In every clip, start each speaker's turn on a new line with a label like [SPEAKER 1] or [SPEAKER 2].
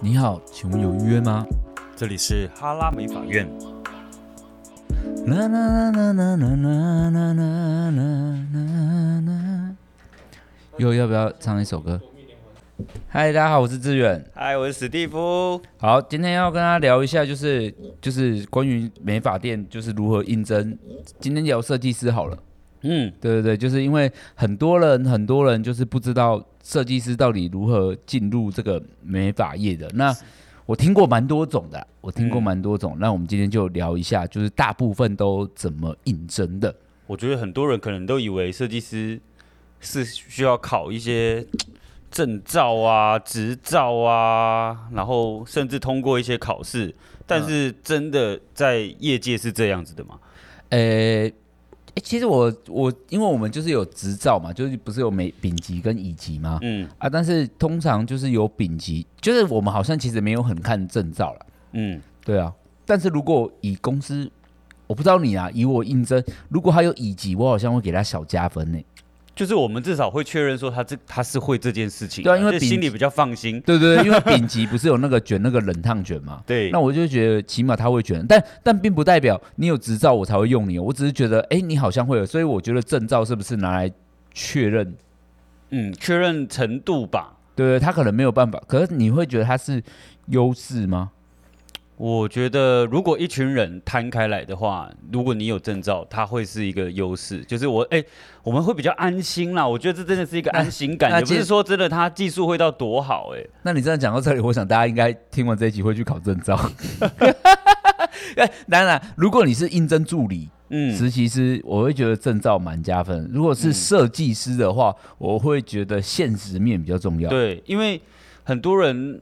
[SPEAKER 1] 你好，请问有预约吗？
[SPEAKER 2] 这里是哈拉美法院，
[SPEAKER 1] 啦啦啦啦啦啦啦啦啦啦啦。又要不要唱一首歌？嗨，大家好，我是志远。
[SPEAKER 2] 嗨，我是史蒂夫。
[SPEAKER 1] 好，今天要跟大家聊一下，就是就是关于美发店，就是如何应征。今天聊设计师好了。
[SPEAKER 2] 嗯，
[SPEAKER 1] 对对对，就是因为很多人很多人就是不知道设计师到底如何进入这个美发业的。那我听过蛮多种的啊，我听过
[SPEAKER 2] 嗯
[SPEAKER 1] 蛮多种。那我们今天就聊一下，就是大部分都怎么应征的。
[SPEAKER 2] 我觉得很多人可能都以为设计师是需要考一些证照啊、执照啊，然后甚至通过一些考试。但是真的在业界是这样子的吗？
[SPEAKER 1] 呃、诶其实我我因为我们就是有执照嘛，就是不是有美丙级跟乙级吗？
[SPEAKER 2] 嗯
[SPEAKER 1] 啊，但是通常就是有丙级，就是我们好像其实没有很看证照了。
[SPEAKER 2] 嗯，
[SPEAKER 1] 对啊，但是如果以公司，我不知道你啊，以我应征，如果他有乙级，我好像会给他小加分呢、
[SPEAKER 2] 就是我们至少会确认说他这他是会这件事情的，
[SPEAKER 1] 对啊因为
[SPEAKER 2] 就
[SPEAKER 1] 丙
[SPEAKER 2] 心里比较放心。
[SPEAKER 1] 对 对对，因为丙级不是有那个卷那个冷烫卷吗？
[SPEAKER 2] 对，
[SPEAKER 1] 那我就觉得起码他会卷，但但并不代表你有执照我才会用你哦，我只是觉得哎你好像会有，所以我觉得证照是不是拿来确认？
[SPEAKER 2] 嗯，确认程度吧。
[SPEAKER 1] 对对，他可能没有办法，可是你会觉得他是优势吗？
[SPEAKER 2] 我觉得，如果一群人摊开来的话，如果你有证照，它会是一个优势。就是我，哎、我们会比较安心啦。我觉得这真的是一个安心感，
[SPEAKER 1] 那
[SPEAKER 2] 也不
[SPEAKER 1] 接
[SPEAKER 2] 是说真的他技术会到多好、哎，
[SPEAKER 1] 那你这样讲到这里，我想大家应该听完这一集会去考证照。 哎当然，如果你是应征助理，
[SPEAKER 2] 嗯，
[SPEAKER 1] 实习师，我会觉得证照蛮加分。如果是设计师的话，我会觉得现实面比较重要。
[SPEAKER 2] 对，因为很多人。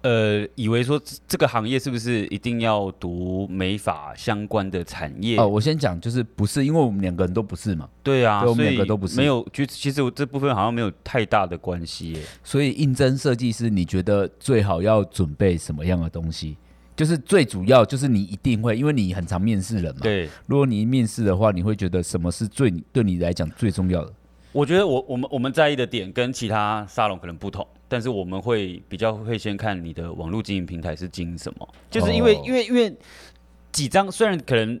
[SPEAKER 2] 呃，以为说这这个行业是不是一定要读美发相关的产业？
[SPEAKER 1] 哦，我先讲，就是不是因为我们两个人都不是嘛，
[SPEAKER 2] 对啊，
[SPEAKER 1] 对我们
[SPEAKER 2] 所以
[SPEAKER 1] 两个都不是
[SPEAKER 2] 没有，就其实我这部分好像没有太大的关系耶。
[SPEAKER 1] 所以应征设计师，你觉得最好要准备什么样的东西？就是最主要就是你一定会，因为你很常面试人嘛。，
[SPEAKER 2] 对，
[SPEAKER 1] 如果你一面试的话，你会觉得什么是最你对你来讲最重要的？
[SPEAKER 2] 我觉得我我们我们在意的点跟其他沙龙可能不同，但是我们会比较会先看你的网络经营平台是经营什么，就是因为、
[SPEAKER 1] 哦
[SPEAKER 2] 因为因为几张虽然可能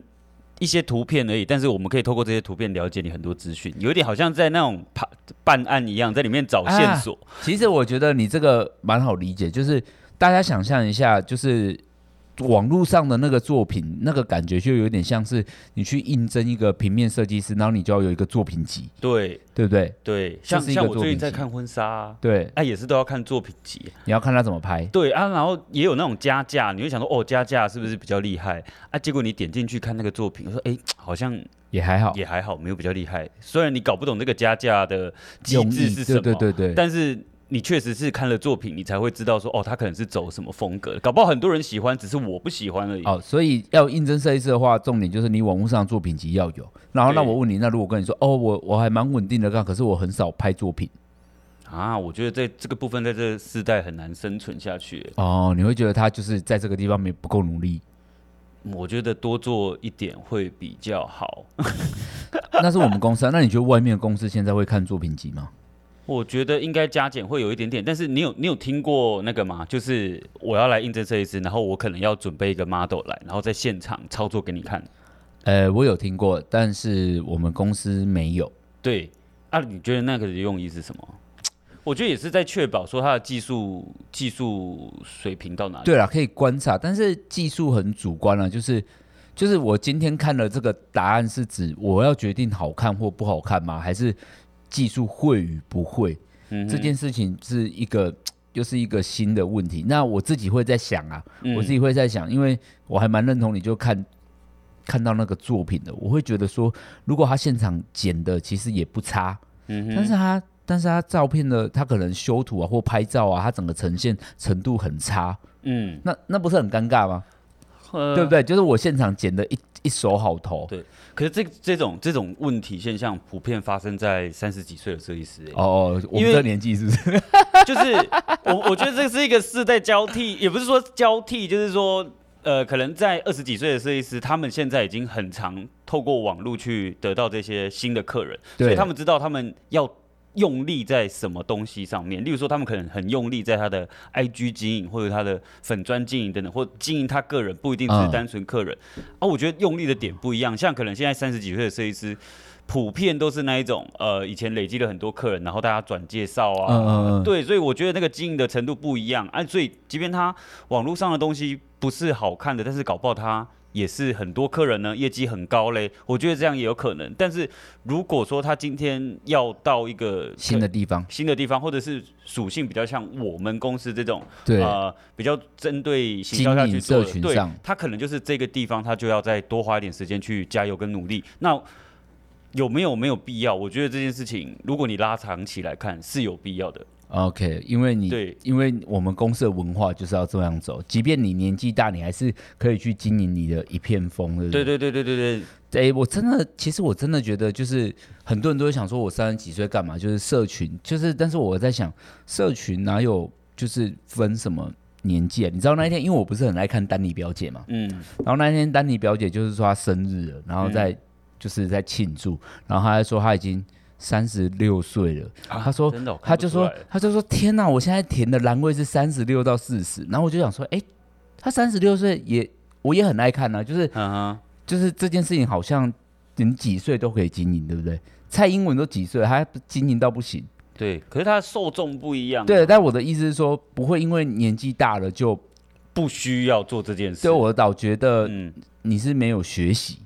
[SPEAKER 2] 一些图片而已，但是我们可以透过这些图片了解你很多资讯，有一点好像在那种办办案一样，在里面找线索。
[SPEAKER 1] 其实我觉得你这个蛮好理解，就是大家想象一下，就是网络上的那个作品，那个感觉就有点像是你去应征一个平面设计师，然后你就要有一个作品集，
[SPEAKER 2] 对
[SPEAKER 1] 对不对？
[SPEAKER 2] 对，像
[SPEAKER 1] 就是一个
[SPEAKER 2] 像我
[SPEAKER 1] 作
[SPEAKER 2] 最
[SPEAKER 1] 品
[SPEAKER 2] 近在
[SPEAKER 1] 集
[SPEAKER 2] 看婚纱、啊。
[SPEAKER 1] 对，
[SPEAKER 2] 啊，也是都要看作品集，
[SPEAKER 1] 你要看他怎么拍。
[SPEAKER 2] 对啊，然后也有那种加价，你会想说哦，加价是不是比较厉害啊？结果你点进去看那个作品，我说哎，好像
[SPEAKER 1] 也还好，
[SPEAKER 2] 也还好，没有比较厉害。虽然你搞不懂这个加价的机
[SPEAKER 1] 用
[SPEAKER 2] 制
[SPEAKER 1] 意
[SPEAKER 2] 是什么，
[SPEAKER 1] 对对对对，
[SPEAKER 2] 但是你确实是看了作品，你才会知道说，哦，他可能是走什么风格的。搞不好很多人喜欢，只是我不喜欢而已。
[SPEAKER 1] 哦，所以要应征设计师的话，重点就是你网络上的作品集要有。然后，那
[SPEAKER 2] 对
[SPEAKER 1] 我问你，那如果跟你说，哦，我我还蛮稳定的干，可是我很少拍作品，
[SPEAKER 2] 啊，我觉得在这个部分，在这个世代很难生存下去。
[SPEAKER 1] 哦，你会觉得他就是在这个地方没不够努力，
[SPEAKER 2] 我觉得多做一点会比较好。
[SPEAKER 1] 那是我们公司、啊。那你觉得外面的公司现在会看作品集吗？
[SPEAKER 2] 我觉得应该加减会有一点点，但是你有你有听过那个吗？就是我要来应征设计师，然后我可能要准备一个 model 来，然后在现场操作给你看。
[SPEAKER 1] 呃，我有听过，但是我们公司没有。
[SPEAKER 2] 对啊，你觉得那个的用意是什么？我觉得也是在确保说他的技术技术水平到哪里。
[SPEAKER 1] 啊对啦，可以观察，但是技术很主观啊，就是就是我今天看了这个答案是指我要决定好看或不好看吗？还是技术会与不会、
[SPEAKER 2] 嗯哼，
[SPEAKER 1] 这件事情是一个又是一个新的问题。那我自己会在想啊，
[SPEAKER 2] 嗯
[SPEAKER 1] 我自己会在想，因为我还蛮认同你就看。看到那个作品的，我会觉得说，如果他现场剪的其实也不差，
[SPEAKER 2] 嗯哼
[SPEAKER 1] 但是他但是他照片的他可能修图啊或拍照啊，他整个呈现程度很差，
[SPEAKER 2] 嗯，
[SPEAKER 1] 那那不是很尴尬吗？
[SPEAKER 2] 呃
[SPEAKER 1] 对不？对？就是我现场剪的一一手好头。
[SPEAKER 2] 对，可是这这种这种问题现象普遍发生在三十几岁的设计师、欸
[SPEAKER 1] 哦哦，我
[SPEAKER 2] 因
[SPEAKER 1] 们
[SPEAKER 2] 为
[SPEAKER 1] 这年纪是不是？
[SPEAKER 2] 就是我我觉得这是一个世代交替，也不是说交替，就是说呃，可能在二十几岁的设计师，他们现在已经很常透过网络去得到这些新的客人，
[SPEAKER 1] 对
[SPEAKER 2] 所以他们知道他们要用力在什么东西上面。例如说，他们可能很用力在他的 IG 经营，或者他的粉砖经营等等，或经营他个人，不一定只是
[SPEAKER 1] 嗯
[SPEAKER 2] 单纯客人。啊，我觉得用力的点不一样。像可能现在三十几岁的设计师，普遍都是那一种，呃，以前累积了很多客人，然后大家转介绍啊，
[SPEAKER 1] 嗯嗯嗯
[SPEAKER 2] 对，所以我觉得那个经营的程度不一样。啊，所以即便他网络上的东西不是好看的，但是搞不好他也是很多客人呢，业绩很高嘞。我觉得这样也有可能。但是如果说他今天要到一个
[SPEAKER 1] 新的地方，
[SPEAKER 2] 新的地方，或者是属性比较像我们公司这种
[SPEAKER 1] 对，
[SPEAKER 2] 呃比较针对行销下
[SPEAKER 1] 经
[SPEAKER 2] 去
[SPEAKER 1] 营
[SPEAKER 2] 做
[SPEAKER 1] 社
[SPEAKER 2] 的，
[SPEAKER 1] 群
[SPEAKER 2] 对
[SPEAKER 1] 上，
[SPEAKER 2] 他可能就是这个地方，他就要再多花一点时间去加油跟努力。那有没有没有必要？我觉得这件事情，如果你拉长期来看，是有必要的。
[SPEAKER 1] OK，因为你
[SPEAKER 2] 对
[SPEAKER 1] 因为我们公司的文化就是要这样走，即便你年纪大，你还是可以去经营你的一片风，对不
[SPEAKER 2] 对对对对对对，
[SPEAKER 1] 哎、我真的，其实我真的觉得，就是很多人都会想说，我三十几岁干嘛？就是社群，就是，但是我在想，社群哪有就是分什么年纪啊？你知道那一天，因为我不是很爱看丹尼表姐嘛，
[SPEAKER 2] 嗯，
[SPEAKER 1] 然后那一天丹尼表姐就是说她生日了，然后在、就是在庆祝，然后她还说她已经三十六岁了，她说
[SPEAKER 2] 真的哦，
[SPEAKER 1] 他就说，他就说，天哪！我现在填的栏位是三十六到四十，然后我就想说，哎、他三十六岁也，我也很爱看啊，就是
[SPEAKER 2] 嗯
[SPEAKER 1] 就是这件事情好像你几岁都可以经营，对不对？蔡英文都几岁，还经营到不行。
[SPEAKER 2] 哼，对，可是他的受众不一样，
[SPEAKER 1] 对，，但我的意思是说，不会因为年纪大了就
[SPEAKER 2] 不需要做这件事。
[SPEAKER 1] 对，我倒觉得
[SPEAKER 2] 嗯，
[SPEAKER 1] 你是没有学习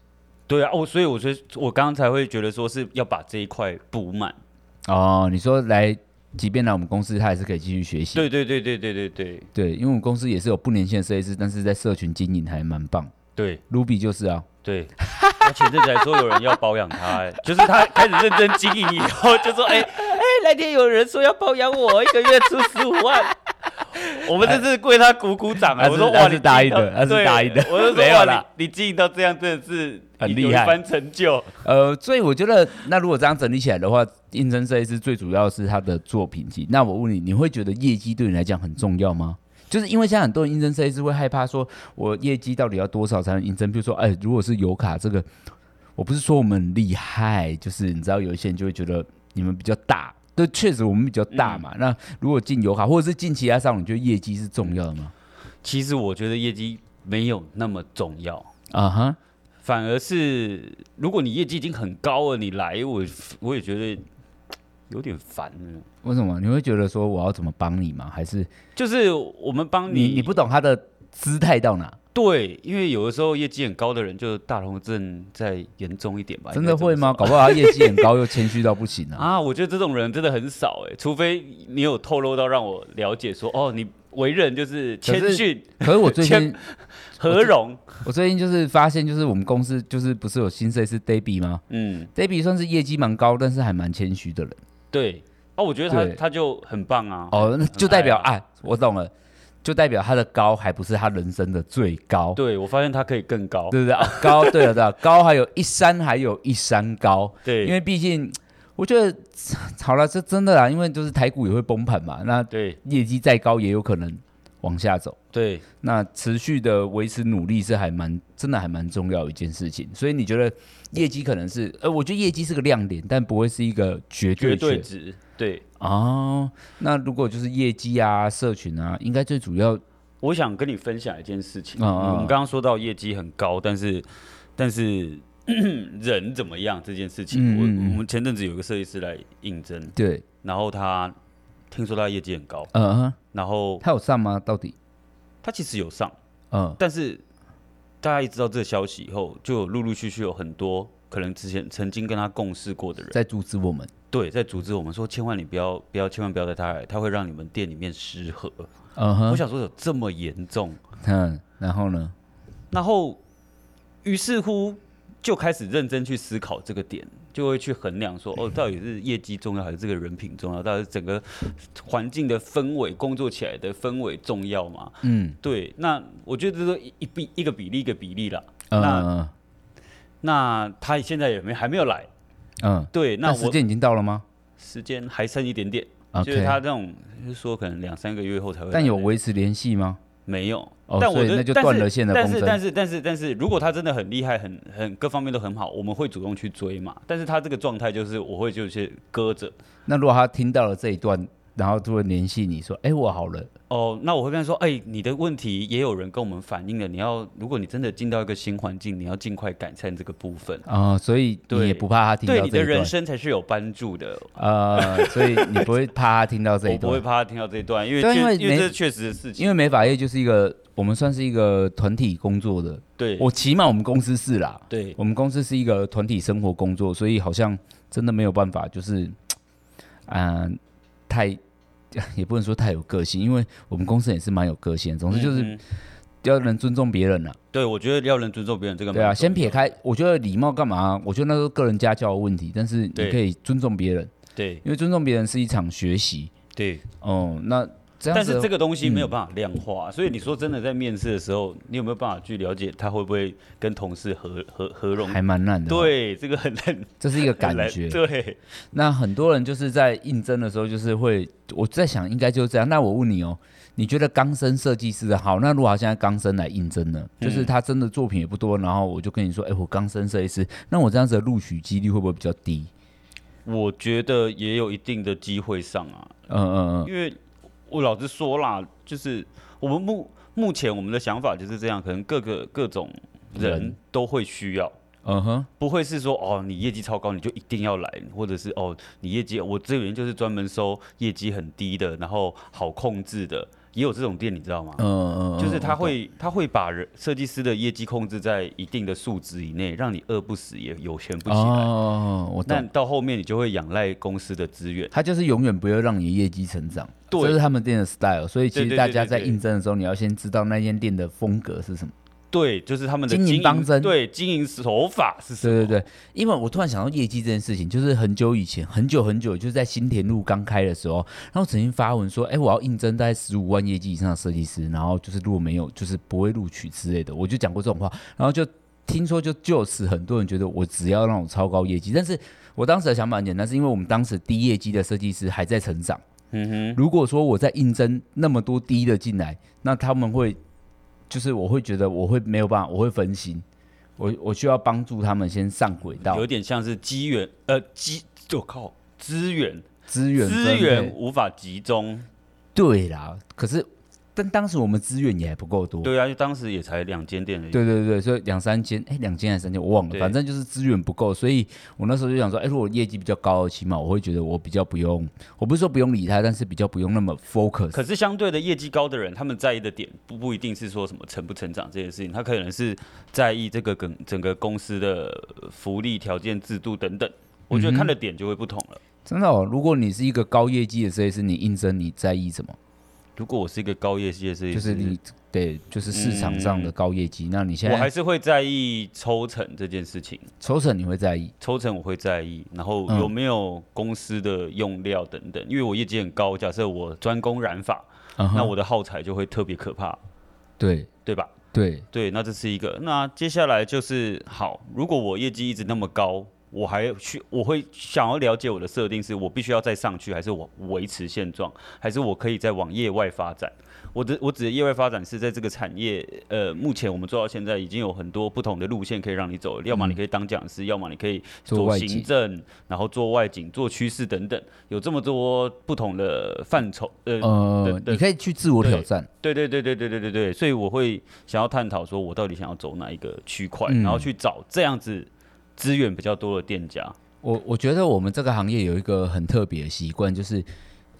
[SPEAKER 2] 对啊，我所以我觉得我刚刚才会觉得说是要把这一块补满。
[SPEAKER 1] 哦。你说来，即便来我们公司，他还是可以继续学习。
[SPEAKER 2] 对对对对对对对
[SPEAKER 1] 对，因为我们公司也是有不年轻的设计师，但是在社群经营还蛮棒。
[SPEAKER 2] 对
[SPEAKER 1] Ruby 就是啊，
[SPEAKER 2] 对。 他前阵子还说有人要包养他、哎，就是他开始认真经营以后，就说哎哎、那天有人说要包养我，一个月出十五万。我们这次为他鼓鼓掌啊！
[SPEAKER 1] 他是
[SPEAKER 2] 我说
[SPEAKER 1] 他
[SPEAKER 2] 哇，
[SPEAKER 1] 是
[SPEAKER 2] 你
[SPEAKER 1] 答应
[SPEAKER 2] 经营
[SPEAKER 1] 的
[SPEAKER 2] 到
[SPEAKER 1] 他是
[SPEAKER 2] 对
[SPEAKER 1] 答应的
[SPEAKER 2] 我 就
[SPEAKER 1] 没
[SPEAKER 2] 说
[SPEAKER 1] 有
[SPEAKER 2] 哇
[SPEAKER 1] 啦，
[SPEAKER 2] 你你经营到这样，真的是
[SPEAKER 1] 很
[SPEAKER 2] 有
[SPEAKER 1] 厉
[SPEAKER 2] 一
[SPEAKER 1] 害
[SPEAKER 2] 番成就。
[SPEAKER 1] 呃，所以我觉得，那如果这样整理起来的话，应征设计师最主要是他的作品集。那我问你，你会觉得业绩对你来讲很重要吗？就是因为现在很多人应征设计师会害怕说，我业绩到底要多少才能应征？比如说，哎，如果是油卡这个，我不是说我们很厉害，就是你知道有一些人就会觉得你们比较大，对，确实我们比较大嘛。那如果进油卡或者是进其他商，你觉得业绩是重要的吗？
[SPEAKER 2] 其实我觉得业绩没有那么重要，
[SPEAKER 1] 啊哈，
[SPEAKER 2] 反而是如果你业绩已经很高了，你来我我也觉得有点烦了。
[SPEAKER 1] 为什么你会觉得说我要怎么帮你吗？还是
[SPEAKER 2] 就是我们帮
[SPEAKER 1] 你
[SPEAKER 2] 你，
[SPEAKER 1] 你不懂他的姿态到哪？
[SPEAKER 2] 对，因为有的时候业绩很高的人，就大红症再严重一点吧。
[SPEAKER 1] 真
[SPEAKER 2] 应该
[SPEAKER 1] 的
[SPEAKER 2] 这么
[SPEAKER 1] 会吗？
[SPEAKER 2] 说？
[SPEAKER 1] 搞不好他业绩很高又谦虚到不行 啊！
[SPEAKER 2] 啊，我觉得这种人真的很少哎、除非你有透露到让我了解说，哦，你为人就是
[SPEAKER 1] 可
[SPEAKER 2] 谦
[SPEAKER 1] 是
[SPEAKER 2] 逊、
[SPEAKER 1] 可是我最近，
[SPEAKER 2] 和容，
[SPEAKER 1] 我最近就是发现，就是我们公司就是不是有新设计师 Debbie 吗
[SPEAKER 2] 嗯，
[SPEAKER 1] ？Debbie 算是业绩蛮高，但是还蛮谦虚的人。
[SPEAKER 2] 对。哦，我觉得
[SPEAKER 1] 对
[SPEAKER 2] 他他就很棒啊。
[SPEAKER 1] 哦，那
[SPEAKER 2] 很
[SPEAKER 1] 就代表
[SPEAKER 2] 爱
[SPEAKER 1] 啊，我懂了，就代表他的高还不是他人生的最高，
[SPEAKER 2] 对我发现他可以更高。
[SPEAKER 1] 对不对？啊高，对了对了，高还有一山，还有一山高，
[SPEAKER 2] 对，
[SPEAKER 1] 因为毕竟我觉得好了，这真的啦，因为就是台股也会崩盘嘛，那
[SPEAKER 2] 对
[SPEAKER 1] 业绩再高也有可能往下走。
[SPEAKER 2] 对，
[SPEAKER 1] 那持续的维持努力是还蛮真的还蛮重要的一件事情，所以你觉得业绩可能是呃，我觉得业绩是个亮点，但不会是一个绝
[SPEAKER 2] 绝
[SPEAKER 1] 对
[SPEAKER 2] 对
[SPEAKER 1] 值
[SPEAKER 2] 值，对。
[SPEAKER 1] 哦。那如果就是业绩啊、社群啊，应该最主要
[SPEAKER 2] 我想跟你分享一件事情，
[SPEAKER 1] 嗯嗯
[SPEAKER 2] 我们刚刚说到业绩很高，但是但是 人怎么样这件事情，
[SPEAKER 1] 嗯
[SPEAKER 2] 我
[SPEAKER 1] 嗯嗯
[SPEAKER 2] 我们前阵子有个设计师来应征，
[SPEAKER 1] 对，
[SPEAKER 2] 然后他听说他业绩很高，
[SPEAKER 1] 嗯哼，
[SPEAKER 2] 然后
[SPEAKER 1] 他有上吗？到底？
[SPEAKER 2] 他其实有上，
[SPEAKER 1] 嗯
[SPEAKER 2] 但是大家一知道这个消息以后，就有陆陆续续有很多可能之前曾经跟他共事过的人，
[SPEAKER 1] 在阻止我们
[SPEAKER 2] 对，在阻止我们说，千万你不要不要，千万不要带他来，他会让你们店里面失和。
[SPEAKER 1] 嗯
[SPEAKER 2] 呃我
[SPEAKER 1] 哼，
[SPEAKER 2] 想说有这么严重？
[SPEAKER 1] 嗯，然后呢？
[SPEAKER 2] 然后，于是乎就开始认真去思考这个点，就会去衡量
[SPEAKER 1] 嗯
[SPEAKER 2] 说，哦，到底是业绩重要还是这个人品重要？到底是整个环境的氛围、工作起来的氛围重要吗？
[SPEAKER 1] 嗯
[SPEAKER 2] 对，那我觉得这都一一比一个比例一个比例啦。
[SPEAKER 1] 嗯
[SPEAKER 2] 那
[SPEAKER 1] 嗯
[SPEAKER 2] 那他现在也没还没有来，
[SPEAKER 1] 嗯，
[SPEAKER 2] 对，那
[SPEAKER 1] 那
[SPEAKER 2] 我
[SPEAKER 1] 时间已经到了吗
[SPEAKER 2] 时间还剩一点点就是他
[SPEAKER 1] ？OK，
[SPEAKER 2] 这种就是说可能两三个月后才会来，
[SPEAKER 1] 但有维持联系吗？
[SPEAKER 2] 没有。
[SPEAKER 1] 哦
[SPEAKER 2] 但我
[SPEAKER 1] 所以
[SPEAKER 2] 觉得
[SPEAKER 1] 那就
[SPEAKER 2] 但
[SPEAKER 1] 断
[SPEAKER 2] 是
[SPEAKER 1] 了线的
[SPEAKER 2] 但
[SPEAKER 1] 风
[SPEAKER 2] 是
[SPEAKER 1] 筝
[SPEAKER 2] 但是但是但是，如果他真的很厉害，很很各方面都很好，我们会主动去追嘛。但是他这个状态就是我会就是搁着。
[SPEAKER 1] 那如果他听到了这一段，然后突然联系你说：“哎、我好了。
[SPEAKER 2] 哦，那我会跟他说，哎、你的问题也有人跟我们反映了，你要如果你真的进到一个新环境，你要尽快改善这个部分，
[SPEAKER 1] 啊，所以你
[SPEAKER 2] 对
[SPEAKER 1] 也不怕他听
[SPEAKER 2] 对
[SPEAKER 1] 到
[SPEAKER 2] 你
[SPEAKER 1] 这
[SPEAKER 2] 的
[SPEAKER 1] 一段
[SPEAKER 2] 人，生才是有帮助的。
[SPEAKER 1] 呃，所以你不会怕他听到这一
[SPEAKER 2] 我不会
[SPEAKER 1] 段，
[SPEAKER 2] 怕他听到这一段，因为
[SPEAKER 1] 对啊
[SPEAKER 2] 确
[SPEAKER 1] 因为
[SPEAKER 2] 因为
[SPEAKER 1] 没
[SPEAKER 2] 这是确实的事情。
[SPEAKER 1] 因为美发业就是一个我们算是一个团体工作的，
[SPEAKER 2] 对，
[SPEAKER 1] 我起码我们公司是啦，
[SPEAKER 2] 对
[SPEAKER 1] 我们公司是一个团体生活工作，所以好像真的没有办法，就是，嗯、太 也不能说太有个性，因为我们公司也是蛮有个性的，总之就是
[SPEAKER 2] 嗯嗯
[SPEAKER 1] 要能尊重别人啊。
[SPEAKER 2] 对，我觉得要能尊重别人这个蛮
[SPEAKER 1] 对啊，
[SPEAKER 2] 重
[SPEAKER 1] 先撇开，我觉得礼貌干嘛？我觉得那都是个人家教的问题，但是你
[SPEAKER 2] 对
[SPEAKER 1] 可以尊重别人，
[SPEAKER 2] 对
[SPEAKER 1] 因为尊重别人是一场学习。
[SPEAKER 2] 对，
[SPEAKER 1] 哦、那这样
[SPEAKER 2] 但
[SPEAKER 1] 子，
[SPEAKER 2] 是这个东西没有办法量化，所以你说真的在面试的时候，你有没有办法去了解他会不会跟同事合合合融？
[SPEAKER 1] 还蛮难的。，
[SPEAKER 2] 对，这个很难
[SPEAKER 1] 这是一个感
[SPEAKER 2] 很难
[SPEAKER 1] 觉。
[SPEAKER 2] 对，
[SPEAKER 1] 那很多人就是在应征的时候，就是会，我在想应该就是这样。那我问你哦，你觉得刚升设计师的好？那如果他现在刚升来应征呢，就是他真的作品也不多，然后我就跟你说，哎、我刚升设计师，那我这样子的录取几率会不会比较低？
[SPEAKER 2] 我觉得也有一定的机会上啊，
[SPEAKER 1] 嗯嗯嗯，
[SPEAKER 2] 因为我老实说啦，就是我们目目前我们的想法就是这样，可能各个各种人
[SPEAKER 1] 人
[SPEAKER 2] 都会需要。
[SPEAKER 1] 嗯哼，
[SPEAKER 2] 不会是说哦，你业绩超高你就一定要来，或者是哦，你业绩我这边就是专门收业绩很低的，然后好控制的，也有这种店，你知道吗？
[SPEAKER 1] 嗯嗯嗯，
[SPEAKER 2] 就是他
[SPEAKER 1] 我懂，
[SPEAKER 2] 会他会把人设计师的业绩控制在一定的数值以内，让你饿不死也有钱不起来。
[SPEAKER 1] 哦，我
[SPEAKER 2] 那
[SPEAKER 1] 懂。
[SPEAKER 2] 到后面你就会仰赖公司的资源，
[SPEAKER 1] 他就是永远不会让你业绩成长，
[SPEAKER 2] 对
[SPEAKER 1] 这是他们店的 style。所以其
[SPEAKER 2] 对
[SPEAKER 1] 实
[SPEAKER 2] 对
[SPEAKER 1] 大
[SPEAKER 2] 对
[SPEAKER 1] 家
[SPEAKER 2] 对
[SPEAKER 1] 在
[SPEAKER 2] 对
[SPEAKER 1] 应征的时候，你要先知道那间店的风格是什么。
[SPEAKER 2] 对，就是他们的
[SPEAKER 1] 经营
[SPEAKER 2] 经营
[SPEAKER 1] 方针
[SPEAKER 2] 对经营手法是什么？
[SPEAKER 1] 对对对，因为我突然想到业绩这件事情，就是很久以前，很久很久，就是在新田路刚开的时候，然后曾经发文说，哎，我要应征大概十五万业绩以上的设计师，然后就是如果没有，就是不会录取之类的，我就讲过这种话，然后就听说就就此很多人觉得我只要那种超高业绩，但是我当时的想法很简单，是因为我们当时低业绩的设计师还在成长。
[SPEAKER 2] 嗯哼，
[SPEAKER 1] 如果说我在应征那么多低的进来，那他们会就是我会觉得我会没有办法，我会分心，我我需要帮助他们先上轨道
[SPEAKER 2] 有，点像是机缘，呃，机就靠资源，
[SPEAKER 1] 资源
[SPEAKER 2] 资
[SPEAKER 1] 分配
[SPEAKER 2] 源无法集中。
[SPEAKER 1] 对啦。可是但当时我们资源也还不够多，
[SPEAKER 2] 对啊，就当时也才两间店而已。
[SPEAKER 1] 对对对，所以两三千，哎，两千还是三千，我忘了，
[SPEAKER 2] 对
[SPEAKER 1] 反正就是资源不够，所以我那时候就想说，哎，如果业绩比较高，起码我会觉得我比较不用，我不是说不用理他，但是比较不用那么 focus。
[SPEAKER 2] 可是相对的，业绩高的人，他们在意的点不不一定是说什么成不成长这件事情，他可能是在意这个整整个公司的呃福利条件、制度等等。我
[SPEAKER 1] 嗯
[SPEAKER 2] 觉得看的点就会不同了。
[SPEAKER 1] 真的哦，如果你是一个高业绩的设计师，你应征你在意什么？
[SPEAKER 2] 如果我是一个高业绩的设计
[SPEAKER 1] 就
[SPEAKER 2] 师，
[SPEAKER 1] 是你对，就是市场上的高业绩。那你现
[SPEAKER 2] 嗯我还
[SPEAKER 1] 在
[SPEAKER 2] 是会在意抽成这件事情，
[SPEAKER 1] 抽成你会在意？
[SPEAKER 2] 抽成我会在意，然后
[SPEAKER 1] 嗯
[SPEAKER 2] 有没有公司的用料等等。因为我业绩很高，假设我专攻染发，
[SPEAKER 1] 嗯哼
[SPEAKER 2] 那我的耗材就会特别可怕，
[SPEAKER 1] 对
[SPEAKER 2] 对吧？
[SPEAKER 1] 对，
[SPEAKER 2] 对，那这是一个。那接下来就是好，如果我业绩一直那么高，我还去，我会想要了解我的设定是我必须要再上去，还是我维持现状，还是我可以再往业外发展？我的我指的业外发展是在这个产业，呃，目前我们做到现在已经有很多不同的路线可以让你走，要么你可以当讲师，要么你可以
[SPEAKER 1] 嗯做
[SPEAKER 2] 做
[SPEAKER 1] 外
[SPEAKER 2] 行
[SPEAKER 1] 景
[SPEAKER 2] 政，然后做外景、做趋势等等，有这么多不同的范畴，呃，
[SPEAKER 1] 呃
[SPEAKER 2] 对，对
[SPEAKER 1] 你可以去自我挑战。
[SPEAKER 2] 对对对对对对对对，所以我会想要探讨说，我到底想要走哪一个区块，
[SPEAKER 1] 嗯
[SPEAKER 2] 然后去找这样子资源比较多的店家。
[SPEAKER 1] 我我觉得我们这个行业有一个很特别的习惯，就是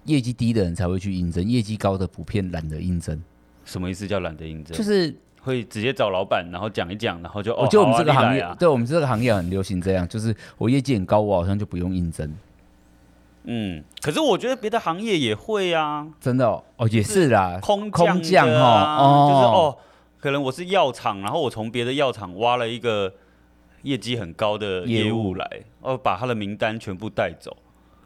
[SPEAKER 1] 业绩低的人才会去应征，业绩高的普遍懒得应征。
[SPEAKER 2] 什么意思叫懒得应征？
[SPEAKER 1] 就是
[SPEAKER 2] 会直接找老板，然后讲一讲，然后就哦，
[SPEAKER 1] 我觉得我们
[SPEAKER 2] 好啊
[SPEAKER 1] 这个
[SPEAKER 2] 你
[SPEAKER 1] 行
[SPEAKER 2] 来
[SPEAKER 1] 业，
[SPEAKER 2] 啊，
[SPEAKER 1] 对我们这个行业很流行这样，就是我业绩很高，我好像就不用应征。
[SPEAKER 2] 嗯，可是我觉得别的行业也会啊，
[SPEAKER 1] 真的哦，哦也是啦，
[SPEAKER 2] 空
[SPEAKER 1] 空
[SPEAKER 2] 降
[SPEAKER 1] 降
[SPEAKER 2] 的啊
[SPEAKER 1] 哦
[SPEAKER 2] 就是
[SPEAKER 1] 哦
[SPEAKER 2] 哦，可能我是药厂，然后我从别的药厂挖了一个业绩很高的
[SPEAKER 1] 业
[SPEAKER 2] 业
[SPEAKER 1] 务
[SPEAKER 2] 务来，哦，把他的名单全部带走。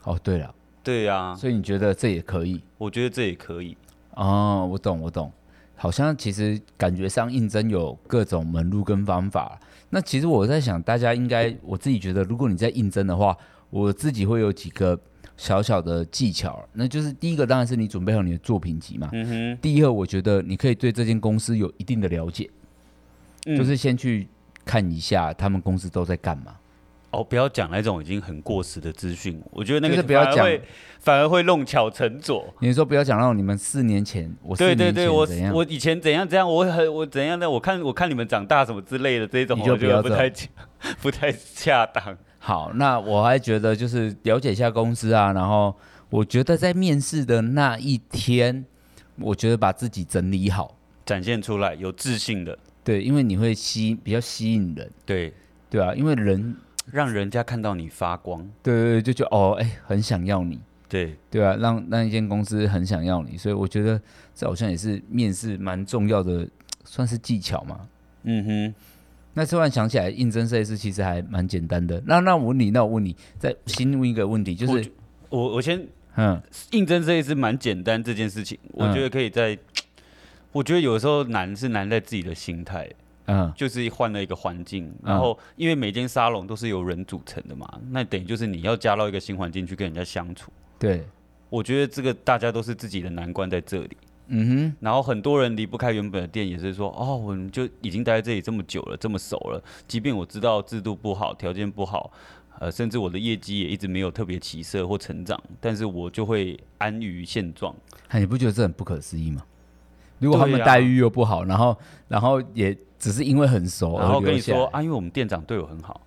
[SPEAKER 1] 哦对了，
[SPEAKER 2] 对啊，
[SPEAKER 1] 所以你觉得这也可以？
[SPEAKER 2] 我觉得这也可以。
[SPEAKER 1] 哦，我懂，我懂。好像其实感觉上应征有各种门路跟方法。那其实我在想，大家应该我自己觉得，如果你在应征的话，我自己会有几个小小的技巧，那就是第一个当然是你准备好你的作品集嘛。
[SPEAKER 2] 嗯哼，
[SPEAKER 1] 第二，我觉得你可以对这间公司有一定的了解，
[SPEAKER 2] 嗯
[SPEAKER 1] 就是先去看一下他们公司都在干嘛。
[SPEAKER 2] 哦，不要讲那种已经很过时的资讯，我觉得那
[SPEAKER 1] 就
[SPEAKER 2] 个
[SPEAKER 1] 是不要
[SPEAKER 2] 反而
[SPEAKER 1] 讲
[SPEAKER 2] 会，反而会弄巧成拙。
[SPEAKER 1] 你说不要讲到你们四年前，我四
[SPEAKER 2] 对
[SPEAKER 1] 年前
[SPEAKER 2] 对对，我
[SPEAKER 1] 怎样，
[SPEAKER 2] 我以前怎样怎样，我很我怎样的，我看我看你们长大什么之类的这种，
[SPEAKER 1] 你就
[SPEAKER 2] 我觉得
[SPEAKER 1] 不
[SPEAKER 2] 不
[SPEAKER 1] 要
[SPEAKER 2] 太 不太恰当。
[SPEAKER 1] 好，那我还觉得就是了解一下公司啊，然后我觉得在面试的那一天，我觉得把自己整理好，
[SPEAKER 2] 展现出来有自信的，
[SPEAKER 1] 对，因为你会吸比较吸引人，
[SPEAKER 2] 对，
[SPEAKER 1] 对啊，因为人
[SPEAKER 2] 让人家看到你发光，
[SPEAKER 1] 对对对就觉得哦，哎、很想要你，
[SPEAKER 2] 对，
[SPEAKER 1] 对啊，让让一间公司很想要你，所以我觉得这好像也是面试蛮重要的，算是技巧嘛。
[SPEAKER 2] 嗯哼。
[SPEAKER 1] 那突然想起来，应征设计师其实还蛮简单的。那那我问你，那我问你，再新问一个问题，就
[SPEAKER 2] 我
[SPEAKER 1] 是，
[SPEAKER 2] 我我先
[SPEAKER 1] 嗯，
[SPEAKER 2] 应征这一次蛮简单这件事情，我
[SPEAKER 1] 嗯
[SPEAKER 2] 觉得可以在，我觉得有时候难是难在自己的心态，
[SPEAKER 1] 嗯
[SPEAKER 2] 就是换了一个环境，
[SPEAKER 1] 嗯
[SPEAKER 2] 然后因为每间沙龙都是由人组成的嘛，那等于就是你要加到一个新环境去跟人家相处。
[SPEAKER 1] 对，
[SPEAKER 2] 我觉得这个大家都是自己的难关在这里，
[SPEAKER 1] 嗯
[SPEAKER 2] 然后很多人离不开原本的店，也是说哦，我们就已经待在这里这么久了，这么熟了，即便我知道制度不好，条件不好，呃，甚至我的业绩也一直没有特别起色或成长，但是我就会安于现状。
[SPEAKER 1] 哼，哎，你不觉得这很不可思议吗？如果他们
[SPEAKER 2] 对啊
[SPEAKER 1] 待遇又不好，然后然后也只是因为很熟而
[SPEAKER 2] 然后跟
[SPEAKER 1] 留
[SPEAKER 2] 你
[SPEAKER 1] 下
[SPEAKER 2] 说
[SPEAKER 1] 来
[SPEAKER 2] 啊，因为我们店长对我很好，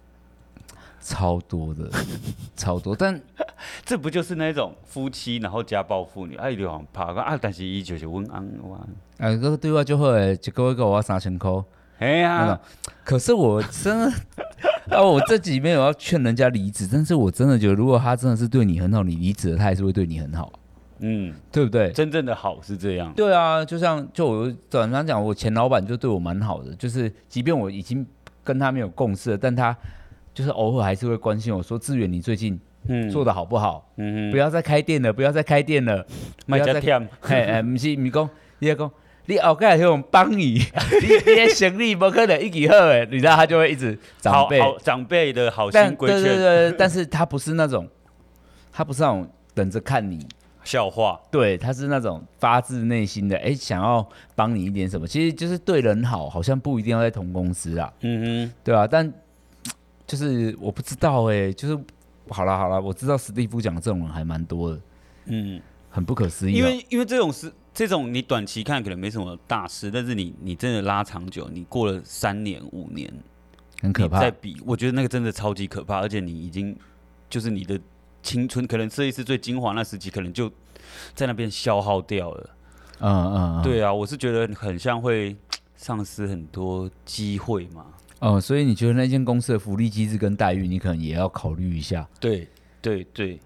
[SPEAKER 1] 超多的， 超多，但
[SPEAKER 2] 这不就是那种夫妻然后家暴妇女，哎、啊，流往怕啊，但是伊就是温安哇，
[SPEAKER 1] 啊，这个对话就会一个月给我三千块。
[SPEAKER 2] 哎呀、
[SPEAKER 1] 那种。可是我真的， 啊，我这几没有要劝人家离职，但是我真的觉得，如果他真的是对你很好，你离职了，他还是会对你很好，
[SPEAKER 2] 嗯，
[SPEAKER 1] 对不对？
[SPEAKER 2] 真正的好是这样，
[SPEAKER 1] 对啊，就像就我转刚讲，我前老板就对我蛮好的，就是即便我已经跟他没有共识了，但他就是偶尔还是会关心我说：“志远，你最近
[SPEAKER 2] 嗯，
[SPEAKER 1] 做的好不好？
[SPEAKER 2] 嗯
[SPEAKER 1] 不要再开店了，不要再开店了，不
[SPEAKER 2] 卖
[SPEAKER 1] 要
[SPEAKER 2] 家
[SPEAKER 1] 再……
[SPEAKER 2] 店，
[SPEAKER 1] 嘿，哎，不是，你讲，你要讲。”你后盖会用帮你，你你的行李不可能一起好诶，你知道他就会一直
[SPEAKER 2] 好
[SPEAKER 1] 长辈
[SPEAKER 2] 好长辈的好
[SPEAKER 1] 但
[SPEAKER 2] 心规
[SPEAKER 1] 对对对，
[SPEAKER 2] 劝
[SPEAKER 1] 对但是他不是那种，他不是那种等着看你，
[SPEAKER 2] 笑话，
[SPEAKER 1] 对，他是那种发自内心的，哎、想要帮你一点什么，其实就是对人好，好像不一定要在同公司啦，
[SPEAKER 2] 嗯
[SPEAKER 1] 对啊，但就是我不知道哎、就是好啦好啦，我知道史蒂夫讲的这种人还蛮多的，
[SPEAKER 2] 哼，嗯，
[SPEAKER 1] 很不可思议
[SPEAKER 2] 因
[SPEAKER 1] 啊、
[SPEAKER 2] 为因为这种事，这种你短期看可能没什么大事，但是你你真的拉长久，你过了三年五年，
[SPEAKER 1] 很可
[SPEAKER 2] 你
[SPEAKER 1] 怕，
[SPEAKER 2] 再比，我觉得那个真的超级可怕，而且你已经就是你的青春，可能设计师最精华那时期，可能就在那边消耗掉了。
[SPEAKER 1] 嗯嗯，嗯，
[SPEAKER 2] 对啊，我是觉得很像会丧失很多机会嘛。
[SPEAKER 1] 哦、所以你觉得那间公司的福利机制跟待遇，你可能也要考虑一下。
[SPEAKER 2] 对对对，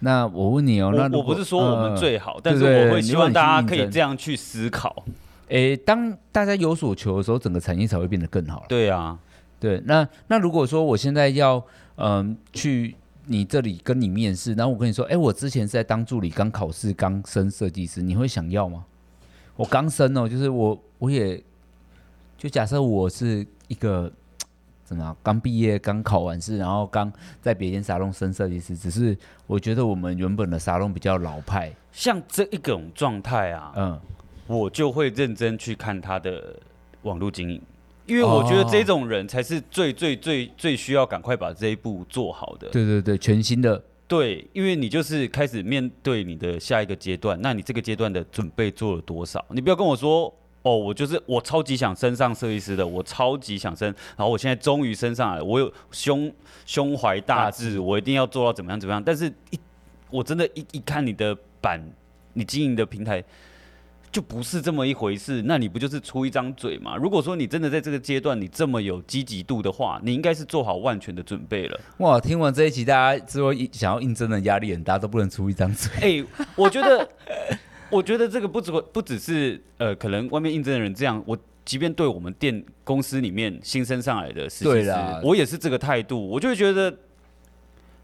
[SPEAKER 1] 那我问你哦，那
[SPEAKER 2] 我
[SPEAKER 1] 如
[SPEAKER 2] 我
[SPEAKER 1] 果
[SPEAKER 2] 不是说我们
[SPEAKER 1] 嗯
[SPEAKER 2] 最好，但是
[SPEAKER 1] 对对
[SPEAKER 2] 我会
[SPEAKER 1] 你
[SPEAKER 2] 希
[SPEAKER 1] 如果
[SPEAKER 2] 望
[SPEAKER 1] 你
[SPEAKER 2] 大
[SPEAKER 1] 去应
[SPEAKER 2] 家可以
[SPEAKER 1] 征
[SPEAKER 2] 这样去思考。
[SPEAKER 1] 诶，当大家有所求的时候，整个产业才会变得更好了。
[SPEAKER 2] 对啊，
[SPEAKER 1] 对，那那如果说我现在要嗯、去你这里跟你面试，然后我跟你说，诶，我之前是在当助理，刚考试，刚升设计师，你会想要吗？我刚升哦，就是我我也就假设我是一个怎么样啊刚毕业、刚考完试，然后刚在别间沙龙升设计师，只是我觉得我们原本的沙龙比较老派，
[SPEAKER 2] 像这一种状态啊，
[SPEAKER 1] 嗯，
[SPEAKER 2] 我就会认真去看他的网络经营，因为我觉得这种人才是最最最最需要赶快把这一步做好的。
[SPEAKER 1] 对对对，全新的，
[SPEAKER 2] 对，因为你就是开始面对你的下一个阶段，那你这个阶段的准备做了多少？你不要跟我说。哦，我就是我超级想升上设计师的，我超级想升，然后我现在终于升上来了，我有胸胸怀大
[SPEAKER 1] 大
[SPEAKER 2] 志，我一定要做到怎么样怎么样。但是一我真的一一看你的版，你经营的平台就不是这么一回事，那你不就是出一张嘴嘛？如果说你真的在这个阶段你这么有积极度的话，你应该是做好万全的准备了。
[SPEAKER 1] 哇，听完这一集，大家之后一想要应征的压力很大，都不能出一张嘴。
[SPEAKER 2] 哎、我觉得， 我觉得这个不只不只是呃，可能外面应征的人这样，我即便对我们店公司里面新升上来的实习
[SPEAKER 1] 对
[SPEAKER 2] 师
[SPEAKER 1] 啦，
[SPEAKER 2] 我也是这个态度，我就会觉得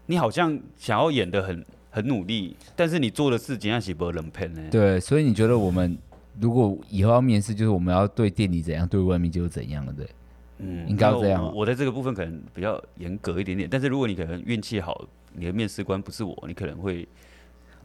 [SPEAKER 2] 你好像想要演的很很努力，但是你做的事情让喜伯人喷呢。
[SPEAKER 1] 对，所以你觉得我们如果以后要面试，就是我们要对店里怎样，对外面就是怎样了，对？
[SPEAKER 2] 嗯
[SPEAKER 1] 应该要
[SPEAKER 2] 那
[SPEAKER 1] 这样
[SPEAKER 2] 我
[SPEAKER 1] 啊
[SPEAKER 2] 我在这个部分可能比较严格一点点，但是如果你可能运气好，你的面试官不是我，你可能会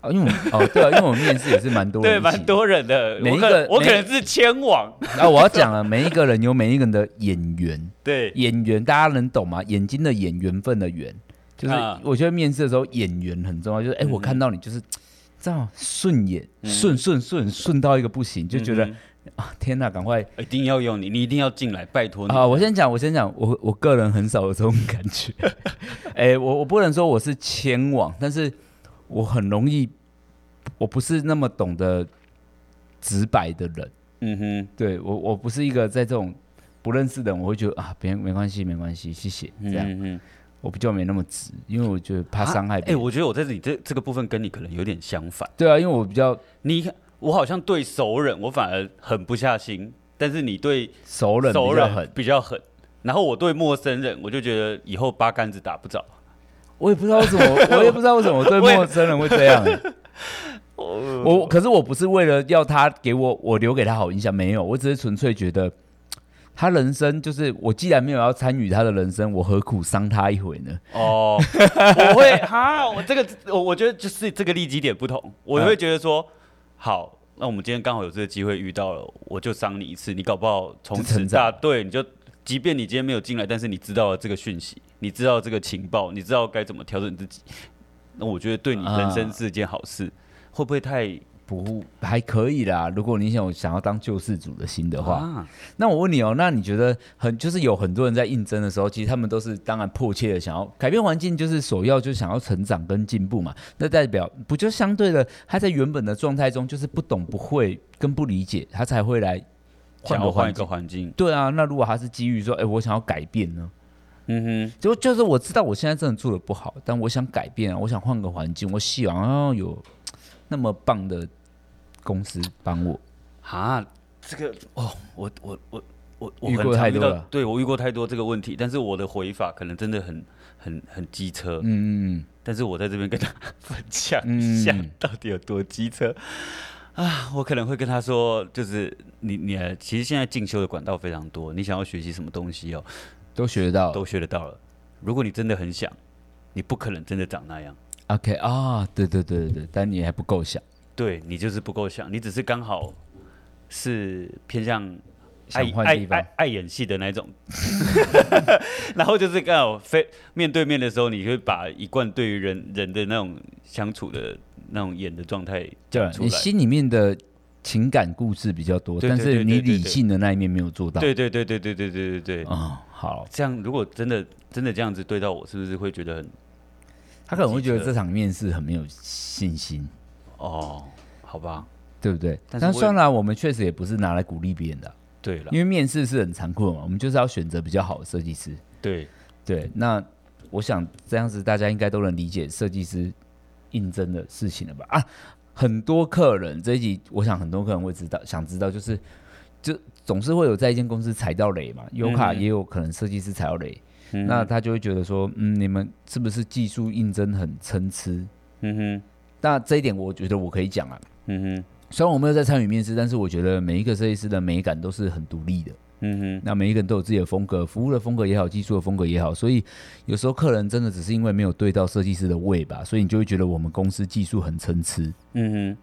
[SPEAKER 1] 啊，因为我们哦对啊，因为我们面试也是蛮多人，
[SPEAKER 2] 对，蛮。多人的。
[SPEAKER 1] 每
[SPEAKER 2] 我
[SPEAKER 1] 一
[SPEAKER 2] 可
[SPEAKER 1] 个
[SPEAKER 2] 能我
[SPEAKER 1] 每
[SPEAKER 2] 可能是 千网，
[SPEAKER 1] 啊，我要讲了，每一个人有每一个人的演员，
[SPEAKER 2] 对，
[SPEAKER 1] 演员大家能懂吗？眼睛的眼，缘分的缘，就是
[SPEAKER 2] 啊嗯
[SPEAKER 1] 我觉得面试的时候眼缘很重要，就是哎、我看到你就是。这样顺眼，顺顺顺顺到一个不行，就觉得、
[SPEAKER 2] 嗯
[SPEAKER 1] 啊天哪，赶快
[SPEAKER 2] 一定要用你，你一定要进来，拜哦托你。
[SPEAKER 1] 啊！我先讲，我先讲，我我个人很少有这种感觉。 哎、我我不能说我是前往，但是我很容易，我不是那么懂得直白的人。
[SPEAKER 2] 嗯哼，
[SPEAKER 1] 对我，我不是一个在这种不认识的人，我会觉得啊，别人没关系，没关系，谢谢。这样、
[SPEAKER 2] 嗯哼，
[SPEAKER 1] 我比较没那么直，因为我觉得怕伤害
[SPEAKER 2] 哎、
[SPEAKER 1] 别人。
[SPEAKER 2] 我觉得我在你这这个部分跟你可能有点相反。
[SPEAKER 1] 对啊，因为我比较
[SPEAKER 2] 你我好像对熟人我反而狠不下心，但是你对
[SPEAKER 1] 熟人比
[SPEAKER 2] 熟
[SPEAKER 1] 较
[SPEAKER 2] 人
[SPEAKER 1] 狠，
[SPEAKER 2] 比较狠。然后我对陌生人，我就觉得以后八竿子打不着。
[SPEAKER 1] 我也不知道为什么，我也不知道为什么我对陌生人会这样、欸 我可是我不是为了要他给我我留给他好印象，没有，我只是纯粹觉得他人生就是我既然没有要参与他的人生，我何苦伤他一回呢？
[SPEAKER 2] 哦，我会哈，我这个我我觉得就是这个利基点不同，我会觉得说，好，那我们今天刚好有这个机会遇到了，我就伤你一次，你搞不好从
[SPEAKER 1] 就
[SPEAKER 2] 此
[SPEAKER 1] 成长
[SPEAKER 2] 大对，你就即便你今天没有进来，但是你知道了这个讯息，你知道这个情报，你知道该怎么调整自己，那我觉得对你人
[SPEAKER 1] 啊
[SPEAKER 2] 生是一件好事，会不会太
[SPEAKER 1] 不，还可以啦。如果你想想要当救世主的心的话，
[SPEAKER 2] 啊？
[SPEAKER 1] 那我问你哦，那你觉得很就是有很多人在应征的时候，其实他们都是当然迫切的想要改变环境，就是首要就是想要成长跟进步嘛。那代表不就相对的，他在原本的状态中就是不懂、不会跟不理解，他才会来换
[SPEAKER 2] 想要
[SPEAKER 1] 个
[SPEAKER 2] 换
[SPEAKER 1] 环
[SPEAKER 2] 一个
[SPEAKER 1] 境。
[SPEAKER 2] 环境，
[SPEAKER 1] 对啊，那如果他是基于说，哎，我想要改变呢？
[SPEAKER 2] 嗯
[SPEAKER 1] 就就是我知道我现在真的做的不好，但我想改变啊，我想换个环境，我希望要有那么棒的公司帮我。
[SPEAKER 2] 哼，啊，这个哦，我我我我我
[SPEAKER 1] 遇
[SPEAKER 2] 很
[SPEAKER 1] 过
[SPEAKER 2] 常
[SPEAKER 1] 太
[SPEAKER 2] 遇
[SPEAKER 1] 多
[SPEAKER 2] 到
[SPEAKER 1] 了
[SPEAKER 2] 对我遇过太多这个问题，但是我的回法可能真的很很很机车，
[SPEAKER 1] 嗯嗯嗯。
[SPEAKER 2] 但是我在这边跟他 分享
[SPEAKER 1] 嗯
[SPEAKER 2] 一下到底有多机车啊！我可能会跟他说，就是你你呃其实现在进修的管道非常多，你想要学习什么东西哦，
[SPEAKER 1] 都学得到
[SPEAKER 2] 都学得到了。如果你真的很想，你不可能真的长那样，
[SPEAKER 1] ，OK 啊，对对对对对，但你还不够想，
[SPEAKER 2] 对你就是不够想，你只是刚好是偏向爱
[SPEAKER 1] 想换
[SPEAKER 2] 爱
[SPEAKER 1] 地方
[SPEAKER 2] 爱爱演戏的那种， 然后就是刚好非面对面的时候，你会把一贯对于人人的那种相处的那种演的状态讲出
[SPEAKER 1] 你
[SPEAKER 2] 来。
[SPEAKER 1] 心里面的情感故事比较多，
[SPEAKER 2] 对
[SPEAKER 1] 但
[SPEAKER 2] 对
[SPEAKER 1] 是
[SPEAKER 2] 对
[SPEAKER 1] 你
[SPEAKER 2] 对对
[SPEAKER 1] 理
[SPEAKER 2] 对
[SPEAKER 1] 性的那一面没有做到。
[SPEAKER 2] 对对对对对对对对对，
[SPEAKER 1] 啊、好，
[SPEAKER 2] 这样如果真的真的这样子对到我，是不是会觉得很
[SPEAKER 1] 他可能会觉得
[SPEAKER 2] 记
[SPEAKER 1] 这
[SPEAKER 2] 得
[SPEAKER 1] 场面试很没有信心，
[SPEAKER 2] 哦？好吧，
[SPEAKER 1] 对不对？
[SPEAKER 2] 但是
[SPEAKER 1] 那
[SPEAKER 2] 我也
[SPEAKER 1] 算了，我们确实也不是拿来鼓励别人的啊，
[SPEAKER 2] 对了
[SPEAKER 1] 因，为面试是很残酷的嘛，我们就是要选择比较好的设计师。
[SPEAKER 2] 对，
[SPEAKER 1] 对，那我想这样子大家应该都能理解设计师应征的事情了吧？啊，很多客人这一集，我想很多客人会知道，想知道就是，就总是会有在一间公司踩到雷嘛，优卡
[SPEAKER 2] 嗯
[SPEAKER 1] 也有可能设计师踩到雷，
[SPEAKER 2] 嗯
[SPEAKER 1] 那他就会觉得说，嗯，你们是不是技术应征很参差？
[SPEAKER 2] 嗯哼
[SPEAKER 1] 那这一点我觉得我可以讲啊，
[SPEAKER 2] 嗯哼
[SPEAKER 1] 虽然我没有在参与面试，但是我觉得每一个设计师的美感都是很独立的。
[SPEAKER 2] 嗯
[SPEAKER 1] 那每一个人都有自己的风格，服务的风格也好，技术的风格也好，所以有时候客人真的只是因为没有对到设计师的位吧，所以你就会觉得我们公司技术很参差，
[SPEAKER 2] 哼嗯哼，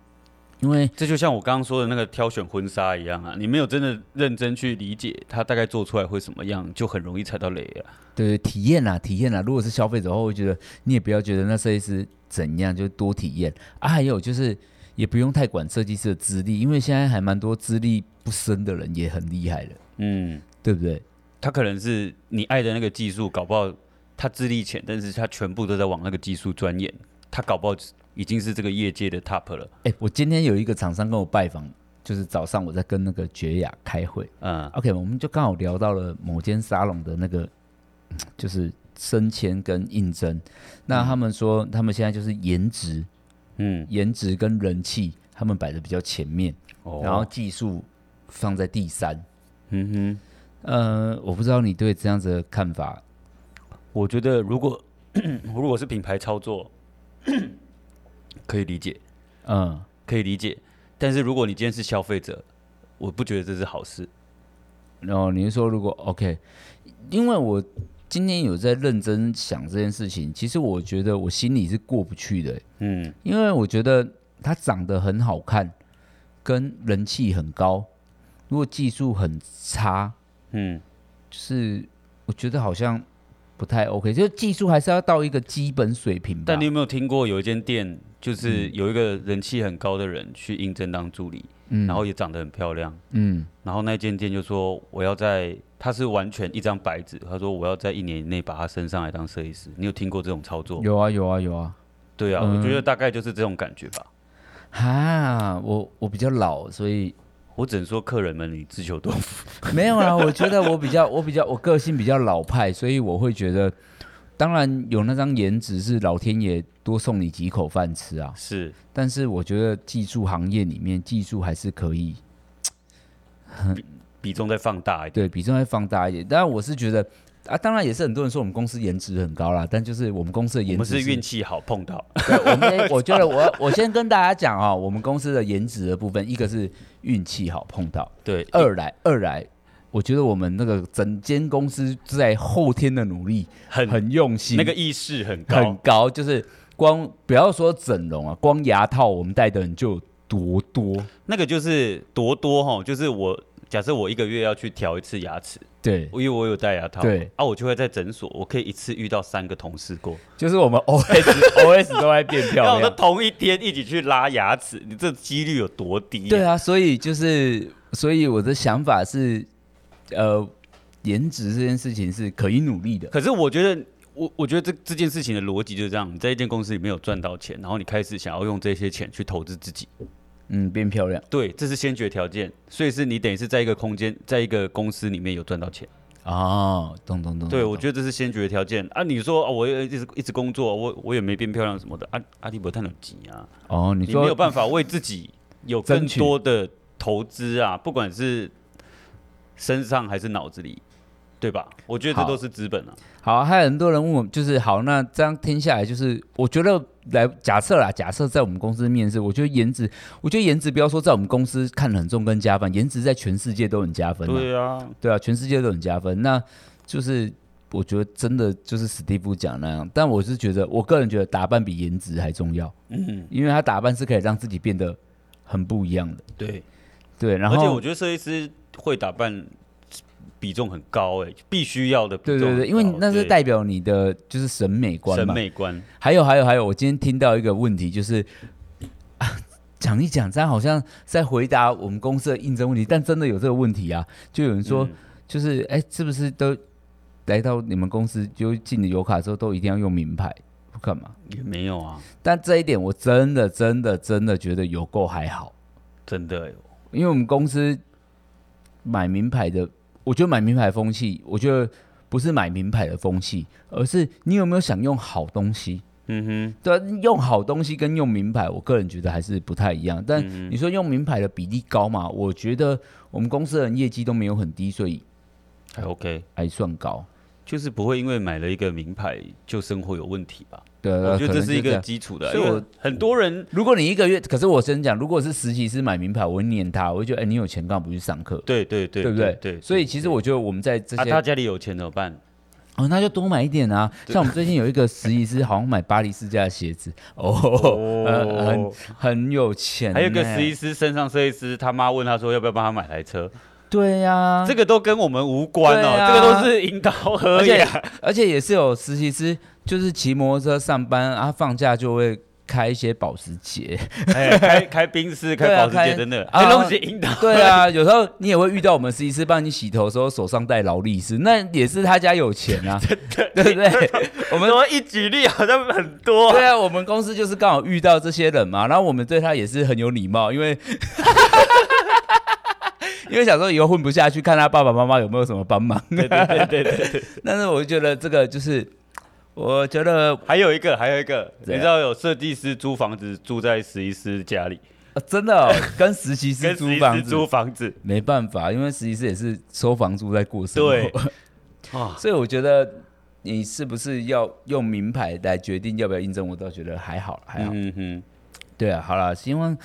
[SPEAKER 1] 因为
[SPEAKER 2] 这就像我刚刚说的那个挑选婚纱一样啊，你没有真的认真去理解它大概做出来会什么样，就很容易踩到雷啊。
[SPEAKER 1] 对体验啦，体验啦，啊如果是消费者的话，我会觉得你也不要觉得那设计师怎样，就多体验啊。还有就是也不用太管设计师的资历，因为现在还蛮多资历不深的人也很厉害的，
[SPEAKER 2] 嗯，
[SPEAKER 1] 对不对？
[SPEAKER 2] 他可能是你爱的那个技术，搞不好他资历浅，但是他全部都在往那个技术钻研，他搞不好已经是这个业界的 top 了。
[SPEAKER 1] 哎，我今天有一个厂商跟我拜访，就是早上我在跟那个绝雅开会。
[SPEAKER 2] 嗯
[SPEAKER 1] OK，我们就刚好聊到了某间沙龙的那个，嗯就是升迁跟应征。那他们说，他们现在就是颜值、
[SPEAKER 2] 嗯，
[SPEAKER 1] 颜值跟人气，他们摆的比较前面，
[SPEAKER 2] 哦
[SPEAKER 1] 然后技术放在第三。
[SPEAKER 2] 嗯哼。
[SPEAKER 1] 呃，我不知道你对这样子的看法。
[SPEAKER 2] 我觉得如果如果是品牌操作， 可以理解，
[SPEAKER 1] 嗯，
[SPEAKER 2] 可以理解。但是如果你今天是消费者，我不觉得这是好事。
[SPEAKER 1] 然后你是说如果 OK，因为我今天有在认真想这件事情，其实我觉得我心里是过不去的、欸
[SPEAKER 2] 嗯，
[SPEAKER 1] 因为我觉得她长得很好看，跟人气很高，如果技术很差，
[SPEAKER 2] 嗯，
[SPEAKER 1] 就是我觉得好像不太 OK，就是技术还是要到一个基本水平吧。
[SPEAKER 2] 但你有没有听过有一间店，就是有一个人气很高的人去应征当助理，
[SPEAKER 1] 嗯
[SPEAKER 2] 然后也长得很漂亮，
[SPEAKER 1] 嗯
[SPEAKER 2] 然后那间店就说我要在，他是完全一张白纸，他说我要在一年以内把他升上来当设计师。你有听过这种操作？
[SPEAKER 1] 有啊有啊有啊，
[SPEAKER 2] 对啊，我觉得大概就是这种感觉吧。
[SPEAKER 1] 哈，我我比较老，所以
[SPEAKER 2] 我只能说客人们你自求多福。
[SPEAKER 1] 没有 啦，我觉得我比较，我比较，我个性比较老派，所以我会觉得，当然有那张颜值是老天爷多送你几口饭吃啊。
[SPEAKER 2] 是，
[SPEAKER 1] 但是我觉得技术行业里面，技术还是可以
[SPEAKER 2] 比重再放大一点。
[SPEAKER 1] 对比重会放大一点。当然我是觉得啊，当然也是很多人说我们公司颜值很高啦，但就是我们公司的
[SPEAKER 2] 我
[SPEAKER 1] 颜
[SPEAKER 2] 们
[SPEAKER 1] 值
[SPEAKER 2] 是运气好碰 到，
[SPEAKER 1] 对我们我觉得我我先跟大家讲哦，我们公司的颜值的部分，一个是运气好碰到，
[SPEAKER 2] 对，
[SPEAKER 1] 二来二来。我觉得我们那个整间公司在后天的努力，
[SPEAKER 2] 很
[SPEAKER 1] 很用心，
[SPEAKER 2] 那个意识很
[SPEAKER 1] 很
[SPEAKER 2] 高，
[SPEAKER 1] 高，就是光不要说整容啊，光牙套我们戴的人就有多多。
[SPEAKER 2] 那个就是多多哈，就是我假设我一个月要去调一次牙齿，
[SPEAKER 1] 对，
[SPEAKER 2] 因为我有戴牙套，
[SPEAKER 1] 对，
[SPEAKER 2] 啊，我就会在诊所，我可以一次遇到三个同事过，
[SPEAKER 1] 就是我们 OS OS 都在变
[SPEAKER 2] 然后
[SPEAKER 1] 漂
[SPEAKER 2] 我们
[SPEAKER 1] 亮。
[SPEAKER 2] 同一天一起去拉牙齿，你这几率有多低、
[SPEAKER 1] 对
[SPEAKER 2] 啊，
[SPEAKER 1] 啊，所以就是，所以我的想法是，呃，颜值这件事情是可以努力的。
[SPEAKER 2] 可是我觉得。我我觉得这这件事情的逻辑就是这样：你在一间公司里面有赚到钱，然后你开始想要用这些钱去投资自己，
[SPEAKER 1] 嗯，变漂亮
[SPEAKER 2] 对，这是先决条件。所以是你等于是在一个空间，在一个公司里面有赚到钱，
[SPEAKER 1] 哦，懂懂懂。
[SPEAKER 2] 对
[SPEAKER 1] 懂
[SPEAKER 2] 我觉得这是先决条件啊。你说啊，我也一直一直工作，我我也没变漂亮什么的，啊，阿迪伯探有急啊，
[SPEAKER 1] 哦，你
[SPEAKER 2] 你没
[SPEAKER 1] 说
[SPEAKER 2] 有办法为自己有更
[SPEAKER 1] 争取
[SPEAKER 2] 多的投资啊，不管是身上还是脑子里，对吧？我觉得这
[SPEAKER 1] 好
[SPEAKER 2] 都是资本啊。
[SPEAKER 1] 好啊，还有很多人问我，就是好，那这样听下来，就是我觉得来假设啦，假设在我们公司面试，我觉得颜值，我觉得颜值不要说在我们公司看得很重跟加分，颜值在全世界都很加分、啊，
[SPEAKER 2] 对啊，
[SPEAKER 1] 对啊，全世界都很加分。那就是我觉得真的就是史蒂夫讲那样，但我是觉得，我个人觉得打扮比颜值还重要，
[SPEAKER 2] 嗯，
[SPEAKER 1] 因为他打扮是可以让自己变得很不一样的。
[SPEAKER 2] 对。
[SPEAKER 1] 对，然
[SPEAKER 2] 而且
[SPEAKER 1] 后
[SPEAKER 2] 我觉得设计师会打扮比重很高、欸，哎，必须要的比
[SPEAKER 1] 对
[SPEAKER 2] 重很
[SPEAKER 1] 对对，
[SPEAKER 2] 高。
[SPEAKER 1] 因为那是
[SPEAKER 2] 对
[SPEAKER 1] 代表你的就是审美观
[SPEAKER 2] 审
[SPEAKER 1] 嘛，
[SPEAKER 2] 美观。
[SPEAKER 1] 还有还有还有，我今天听到一个问题，就是啊，讲一讲，这样好像在回答我们公司的应征问题，但真的有这个问题啊，就有人说，
[SPEAKER 2] 嗯
[SPEAKER 1] 就是哎、是不是都来到你们公司就进的油卡之后都一定要用名牌？干嘛？
[SPEAKER 2] 也没有啊，
[SPEAKER 1] 但这一点我真的真的真的觉得邮购还好，
[SPEAKER 2] 真的欸、
[SPEAKER 1] 因为我们公司买名牌的，我觉得买名牌的风气，我觉得不是买名牌的风气，而是你有没有想用好东西。
[SPEAKER 2] 嗯
[SPEAKER 1] 对啊、用好东西跟用名牌，我个人觉得还是不太一样。但
[SPEAKER 2] 嗯
[SPEAKER 1] 你说用名牌的比例高嘛？我觉得我们公司的人业绩都没有很低，所以
[SPEAKER 2] 哼，还 OK，
[SPEAKER 1] 还算高。
[SPEAKER 2] 就是不会因为买了一个名牌就生活有问题吧？
[SPEAKER 1] 对啊，
[SPEAKER 2] 我觉
[SPEAKER 1] 可
[SPEAKER 2] 得这
[SPEAKER 1] 能就是
[SPEAKER 2] 一
[SPEAKER 1] 这
[SPEAKER 2] 个
[SPEAKER 1] 样
[SPEAKER 2] 基础的啊，
[SPEAKER 1] 所以
[SPEAKER 2] 因为
[SPEAKER 1] 我
[SPEAKER 2] 很多人
[SPEAKER 1] 如果你一个月，可是我先讲，如果是实习生买名牌，我会念他，我会觉得，哎、你有钱干嘛不去上课？
[SPEAKER 2] 对对对
[SPEAKER 1] 对不
[SPEAKER 2] 对
[SPEAKER 1] 对？
[SPEAKER 2] 对，
[SPEAKER 1] 所以其实我觉得我们在这
[SPEAKER 2] 啊，
[SPEAKER 1] 些，
[SPEAKER 2] 他家里有钱怎么办？
[SPEAKER 1] 哦，那就多买一点啊。像我们最近有一个实习生，好像买巴黎世家的鞋子，哦，呃很很有钱呢。
[SPEAKER 2] 还有一个设计师，身上设计师他妈问他说要不要帮他买台车，
[SPEAKER 1] 对啊呀、
[SPEAKER 2] 这个都跟我们无关哦
[SPEAKER 1] 对，啊
[SPEAKER 2] 这个都是引导合
[SPEAKER 1] 而且
[SPEAKER 2] 呀。
[SPEAKER 1] 而且也是有实习生，就是骑摩托车上班啊，放假就会开一些保时捷。
[SPEAKER 2] 哎开开宾
[SPEAKER 1] 对
[SPEAKER 2] 士、开
[SPEAKER 1] 啊
[SPEAKER 2] 保时捷，
[SPEAKER 1] 开
[SPEAKER 2] 真的，
[SPEAKER 1] 啊
[SPEAKER 2] 这东西引导。
[SPEAKER 1] 对啊，有时候你也会遇到我们实习师帮你洗头的时候手上戴劳力士，那也是他家有钱 啊，对不对？
[SPEAKER 2] 我们说一举例好像很多 啊，
[SPEAKER 1] 对啊，我们公司就是刚好遇到这些人嘛，然后我们对他也是很有礼貌，因为 因为想说以后混不下去，看他爸爸妈妈有没有什么帮忙。
[SPEAKER 2] 对对对对对对。
[SPEAKER 1] 但是我就觉得这个就是，我觉得、
[SPEAKER 2] 还有一个，还有一个，
[SPEAKER 1] 怎
[SPEAKER 2] 你
[SPEAKER 1] 样
[SPEAKER 2] 知道有设计师租房子住在设计师家里，
[SPEAKER 1] 呃真的、哦、跟实习 生
[SPEAKER 2] 跟设
[SPEAKER 1] 租
[SPEAKER 2] 计
[SPEAKER 1] 房
[SPEAKER 2] 师
[SPEAKER 1] 子
[SPEAKER 2] 租房子，
[SPEAKER 1] 没办法，因为实习生也是收房租在过生
[SPEAKER 2] 对
[SPEAKER 1] 活，
[SPEAKER 2] 啊，
[SPEAKER 1] 所以我觉得你是不是要用名牌来决定要不要应征，我倒觉得还好，还好。
[SPEAKER 2] 嗯嗯哼，
[SPEAKER 1] 对啊，好啦，希望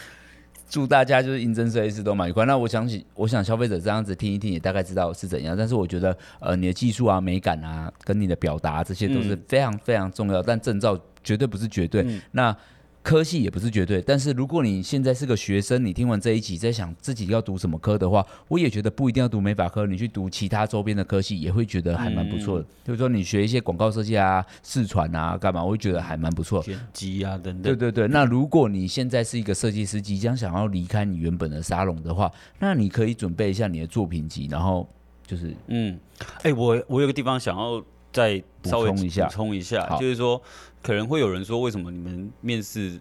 [SPEAKER 1] 祝大家就是应征设计师都蛮愉快。那我想起，我想消费者这样子听一听，也大概知道是怎样。但是我觉得，呃，你的技术啊、美感啊，跟你的表达、这些都是非常非常重要。但证照绝对不是绝对，那科系也不是绝对。但是如果你现在是个学生，你听完这一集在想自己要读什么科的话，我也觉得不一定要读美法科，你去读其他周边的科系也会觉得还蛮不错的。就是说你学一些广告设计啊、视传啊、干嘛，我会觉得还蛮不错的。
[SPEAKER 2] 剪辑啊等
[SPEAKER 1] 对
[SPEAKER 2] 等，
[SPEAKER 1] 对对，那如果你现在是一个设计师，即将想要离开你原本的沙龙的话，那你可以准备一下你的作品集，然后就是
[SPEAKER 2] 嗯，哎、我我有个地方想要再稍微
[SPEAKER 1] 补充一下
[SPEAKER 2] 补充一下
[SPEAKER 1] 好
[SPEAKER 2] 就是说，可能会有人说，为什么你们面试，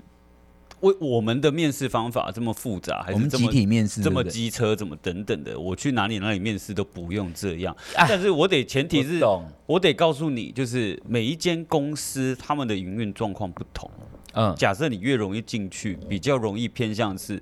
[SPEAKER 2] 为我们的面试方法这么复杂，还
[SPEAKER 1] 我
[SPEAKER 2] 是
[SPEAKER 1] 们
[SPEAKER 2] 这
[SPEAKER 1] 集
[SPEAKER 2] 么
[SPEAKER 1] 体面试，
[SPEAKER 2] 这么
[SPEAKER 1] 对
[SPEAKER 2] 机车，怎么等等的，我去哪里哪里面试都不用这样。
[SPEAKER 1] 啊
[SPEAKER 2] 但是我得前
[SPEAKER 1] 不对
[SPEAKER 2] 提是
[SPEAKER 1] 我懂，
[SPEAKER 2] 我得告诉你，就是每一间公司他们的营运状况不同。
[SPEAKER 1] 嗯，
[SPEAKER 2] 假设你越容易进去，比较容易偏向是，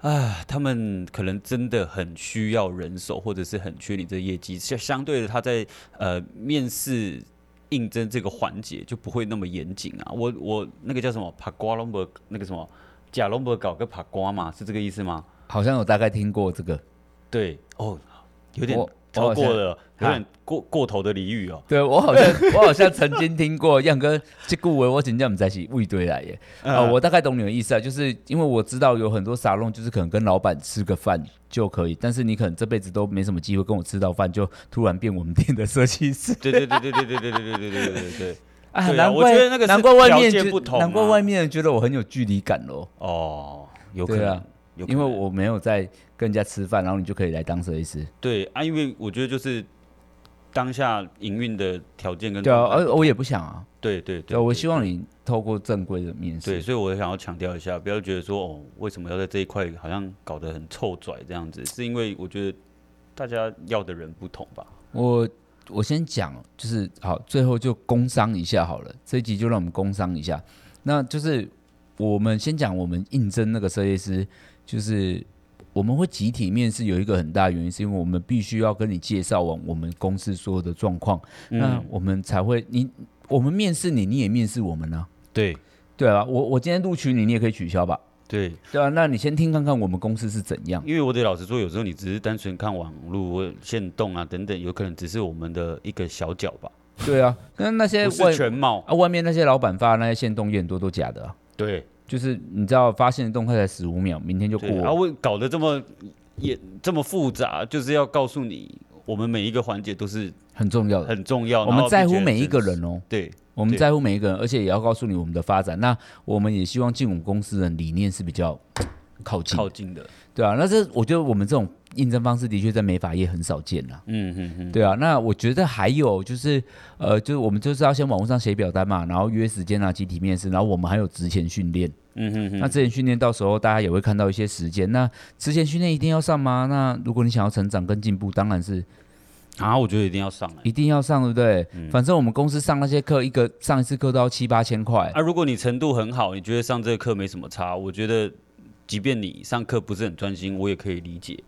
[SPEAKER 2] 啊，他们可能真的很需要人手，或者是很缺你这业绩。相相对的，他在呃面试。应征这个环节就不会那么严谨啊！我我那个叫什么帕瓜龙伯那个什么贾龙伯搞个帕瓜嘛，是这个意思吗？
[SPEAKER 1] 好像有大概听过这个，
[SPEAKER 2] 对哦，有点
[SPEAKER 1] 我
[SPEAKER 2] 超过
[SPEAKER 1] 我
[SPEAKER 2] 了，
[SPEAKER 1] 好像
[SPEAKER 2] 有点过过头的俚语哦。
[SPEAKER 1] 对我好像 我好像曾经听过，样哥这顾维我真正不在是胃堆来耶，
[SPEAKER 2] 嗯
[SPEAKER 1] 啊、我大概懂你的意思啊，就是因为我知道有很多沙龙，就是可能跟老板吃个饭就可以，但是你可能这辈子都没什么机会跟我吃到饭，就突然变我们店的设计师。
[SPEAKER 2] 对对对对对对对对对对对对对对。
[SPEAKER 1] 啊，
[SPEAKER 2] 对啊
[SPEAKER 1] 难
[SPEAKER 2] 我
[SPEAKER 1] 怪
[SPEAKER 2] 觉得那个是
[SPEAKER 1] 难怪外面
[SPEAKER 2] 条件
[SPEAKER 1] 觉
[SPEAKER 2] 不同啊
[SPEAKER 1] 难怪外面人觉得我很有距离感咯，
[SPEAKER 2] 哦，有可
[SPEAKER 1] 对
[SPEAKER 2] 能
[SPEAKER 1] 啊，
[SPEAKER 2] 有可
[SPEAKER 1] 因为
[SPEAKER 2] 能
[SPEAKER 1] 我没有在跟人家吃饭，然后你就可以来当设计师。
[SPEAKER 2] 对啊，因为我觉得就是当下营运的条件跟
[SPEAKER 1] 对啊，
[SPEAKER 2] 状态
[SPEAKER 1] 而我也不想啊，
[SPEAKER 2] 对对
[SPEAKER 1] 对啊，我希
[SPEAKER 2] 望
[SPEAKER 1] 望你透过正规的面
[SPEAKER 2] 对，
[SPEAKER 1] 试。
[SPEAKER 2] 所以我想要强调一下，不要觉得说哦，为什么要在这一块好像搞得很臭拽这样子，是因为我觉得大家要的人不同吧。
[SPEAKER 1] 我我先讲，就是好，最后就工商一下好了，这一集就让我们工商一下。那就是我们先讲我们应征那个设计师，就是我们会集体面试，有一个很大原因是因为我们必须要跟你介绍完我们公司所有的状况。那
[SPEAKER 2] 嗯
[SPEAKER 1] 我们才会你我们面试你，你也面试我们呢、
[SPEAKER 2] 对
[SPEAKER 1] 对啊，我我今天录取你，你也可以取消吧？
[SPEAKER 2] 对，
[SPEAKER 1] 对啊，那你先听看看我们公司是怎样。
[SPEAKER 2] 因为我得老实说，有时候你只是单纯看网络、线动啊等等，有可能只是我们的一个小角吧，
[SPEAKER 1] 对啊，那那些
[SPEAKER 2] 不
[SPEAKER 1] 外
[SPEAKER 2] 是全貌。
[SPEAKER 1] 啊外面那些老板发的那些线动也很多都假的、啊，
[SPEAKER 2] 对，
[SPEAKER 1] 就是你知道发现的动态才十五秒，明天就过
[SPEAKER 2] 对，啊，
[SPEAKER 1] 了。
[SPEAKER 2] 我搞得这么也这么复杂，就是要告诉你，我们每一个环节都是
[SPEAKER 1] 很重要的。
[SPEAKER 2] 很重要，
[SPEAKER 1] 我
[SPEAKER 2] 然
[SPEAKER 1] 们
[SPEAKER 2] 后
[SPEAKER 1] 在
[SPEAKER 2] 并
[SPEAKER 1] 乎
[SPEAKER 2] 且
[SPEAKER 1] 每一个
[SPEAKER 2] 真实。
[SPEAKER 1] 人哦，
[SPEAKER 2] 对，
[SPEAKER 1] 我们
[SPEAKER 2] 对
[SPEAKER 1] 在乎每一个人，而且也要告诉你我们的发展。那我们也希望进我们公司的理念是比较靠近的，
[SPEAKER 2] 靠近的，
[SPEAKER 1] 对啊。那这我觉得我们这种应征方式的确在美发业很少见啦、
[SPEAKER 2] 嗯嗯嗯，
[SPEAKER 1] 对啊，那我觉得还有就是，呃，就是我们就是要先网络上写表单嘛，然后约时间啊，集体面试，然后我们还有职前训练。
[SPEAKER 2] 嗯嗯嗯，
[SPEAKER 1] 那职前训练到时候大家也会看到一些时间。那职前训练一定要上吗？那如果你想要成长跟进步，当然是
[SPEAKER 2] 啊，我觉得一定要上来。
[SPEAKER 1] 一定要上，对不对？
[SPEAKER 2] 嗯
[SPEAKER 1] 反正我们公司上那些课，一个上一次课都要七八千块。
[SPEAKER 2] 啊，如果你程度很好，你觉得上这个课没什么差，我觉得即便你上课不是很专心，我也可以理解。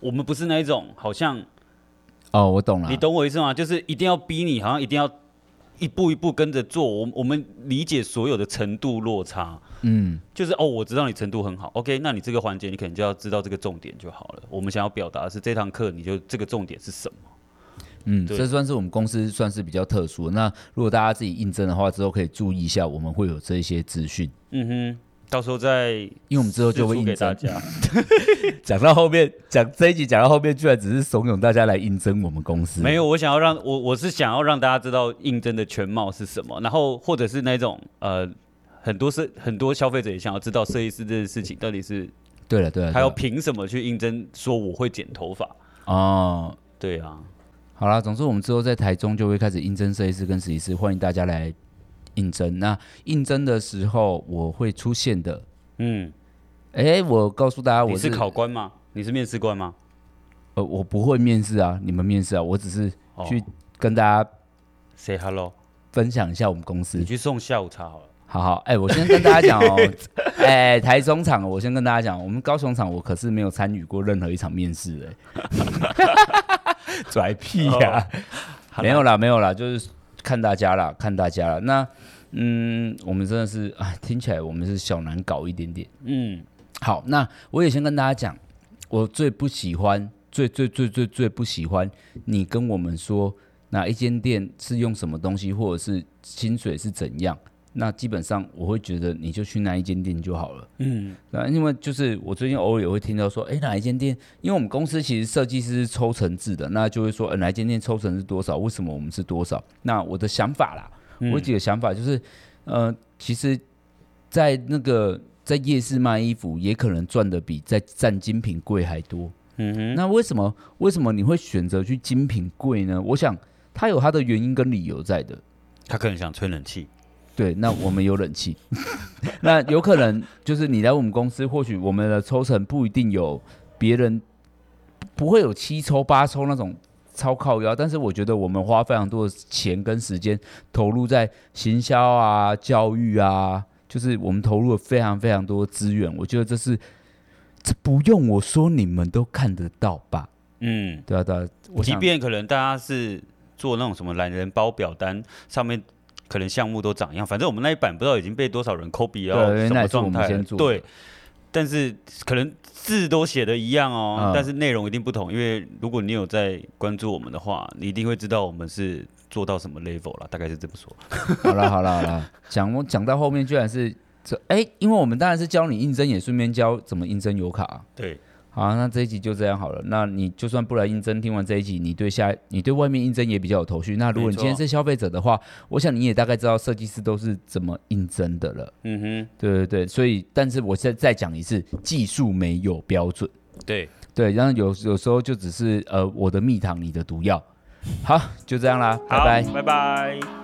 [SPEAKER 2] 我们不是那一种好像
[SPEAKER 1] 哦，我懂了
[SPEAKER 2] 你。懂我意思吗？就是一定要逼你，好像一定要一步一步跟着做。我我们理解所有的程度落差，
[SPEAKER 1] 嗯，
[SPEAKER 2] 就是哦，我知道你程度很好，OK，那你这个环节你可能就要知道这个重点就好了。我们想要表达的是这堂课你就这个重点是什么？
[SPEAKER 1] 嗯，
[SPEAKER 2] 对
[SPEAKER 1] 这算是我们公司算是比较特殊的。那如果大家自己应征的话，之后可以注意一下，我们会有这些资讯，
[SPEAKER 2] 嗯哼，到时候再
[SPEAKER 1] 因为我们之后就会
[SPEAKER 2] 输出
[SPEAKER 1] 应
[SPEAKER 2] 给大
[SPEAKER 1] 征。
[SPEAKER 2] 家。
[SPEAKER 1] 讲到后面，讲这一集讲到后面，居然只是怂恿大家来应征我们公司。
[SPEAKER 2] 没有，我想要让我我是想要让大家知道应征的全貌是什么，然后或者是那种呃。很多是很多消费者也想要知道设计师这件事情到底是
[SPEAKER 1] 对了，对了，对了
[SPEAKER 2] 他要凭什么去应征说我会剪头发？
[SPEAKER 1] 哦。
[SPEAKER 2] 对啊，
[SPEAKER 1] 好啦，总之我们之后在台中就会开始应征设计师跟实习师，欢迎大家来应征。那应征的时候我会出现的。
[SPEAKER 2] 嗯，
[SPEAKER 1] 哎，我告诉大家，
[SPEAKER 2] 你
[SPEAKER 1] 我
[SPEAKER 2] 是考官吗？你是面试官吗？
[SPEAKER 1] 呃，我不会面试啊，你们面试啊，我只是
[SPEAKER 2] 哦
[SPEAKER 1] 去跟大家
[SPEAKER 2] say hello，
[SPEAKER 1] 分享一下我们公司
[SPEAKER 2] 你。去送下午茶好了。
[SPEAKER 1] 好好，哎、我先跟大家讲哦，哎、台中场我先跟大家讲，我们高雄场我可是没有参与过任何一场面试的、 拽屁呀、没有啦，没有啦，就是看大家啦，看大家啦。哎那嗯，我们真的是啊，听起来我们是小难搞一点点。
[SPEAKER 2] 嗯，
[SPEAKER 1] 好，那我也先跟大家讲，我最不喜欢、最最最最最不喜欢你跟我们说哪一间店是用什么东西，或者是薪水是怎样。那基本上我会觉得你就去那一间店就好了。
[SPEAKER 2] 嗯，
[SPEAKER 1] 那因为就是我最近偶尔也会听到说，哎，哪一间店？因为我们公司其实设计师是抽成制的，那就会说，呃，哪一间店抽成是多少？为什么我们是多少？那我的想法啦，我有几个想法就是，呃，其实，在那个在夜市卖衣服，也可能赚的比在占精品柜还多。
[SPEAKER 2] 嗯哼，
[SPEAKER 1] 那为什么为什么你会选择去精品柜呢？我想它有它的原因跟理由在的。
[SPEAKER 2] 他可能想吹冷气，
[SPEAKER 1] 对，那我们有冷气， 那有可能就是你来我们公司，或许我们的抽成不一定有别人不会有七抽八抽那种超靠腰，但是我觉得我们花非常多的钱跟时间投入在行销啊、教育啊，就是我们投入了非常非常多的资源，我觉得这是这不用我说，你们都看得到吧？
[SPEAKER 2] 嗯，
[SPEAKER 1] 对啊，对啊，我
[SPEAKER 2] 即
[SPEAKER 1] 想
[SPEAKER 2] 便可能大家是做那种什么懒人包表单，上面可能项目都长一样，反正我们那一版不知道已经被多少人 copy
[SPEAKER 1] 对
[SPEAKER 2] 到
[SPEAKER 1] 因为
[SPEAKER 2] 什
[SPEAKER 1] 那也
[SPEAKER 2] 么
[SPEAKER 1] 是我
[SPEAKER 2] 状
[SPEAKER 1] 们
[SPEAKER 2] 态
[SPEAKER 1] 先
[SPEAKER 2] 了，
[SPEAKER 1] 做的
[SPEAKER 2] 对。但是可能字都写的一样哦，
[SPEAKER 1] 嗯
[SPEAKER 2] 但是内容一定不同，因为如果你有在关注我们的话，你一定会知道我们是做到什么 level 了，大概是这么说。
[SPEAKER 1] 好了好了好了，讲我讲到后面居然是这哎、因为我们当然是教你应征，也顺便教怎么应征油卡啊、
[SPEAKER 2] 对，
[SPEAKER 1] 好啊，那这一集就这样好了。那你就算不来应征，听完这一集，你对下你对外面应征也比较有头绪。那如果你
[SPEAKER 2] 没错
[SPEAKER 1] 今天是消费者的话，我想你也大概知道设计师都是怎么应征的了。
[SPEAKER 2] 嗯
[SPEAKER 1] 对对对，所以但是我再再讲一次，技术没有标准。
[SPEAKER 2] 哼，对，
[SPEAKER 1] 对，然后有有时候就只是呃我的蜜糖，你的毒药。好，就这样啦，拜
[SPEAKER 2] 好
[SPEAKER 1] 拜。
[SPEAKER 2] 拜拜。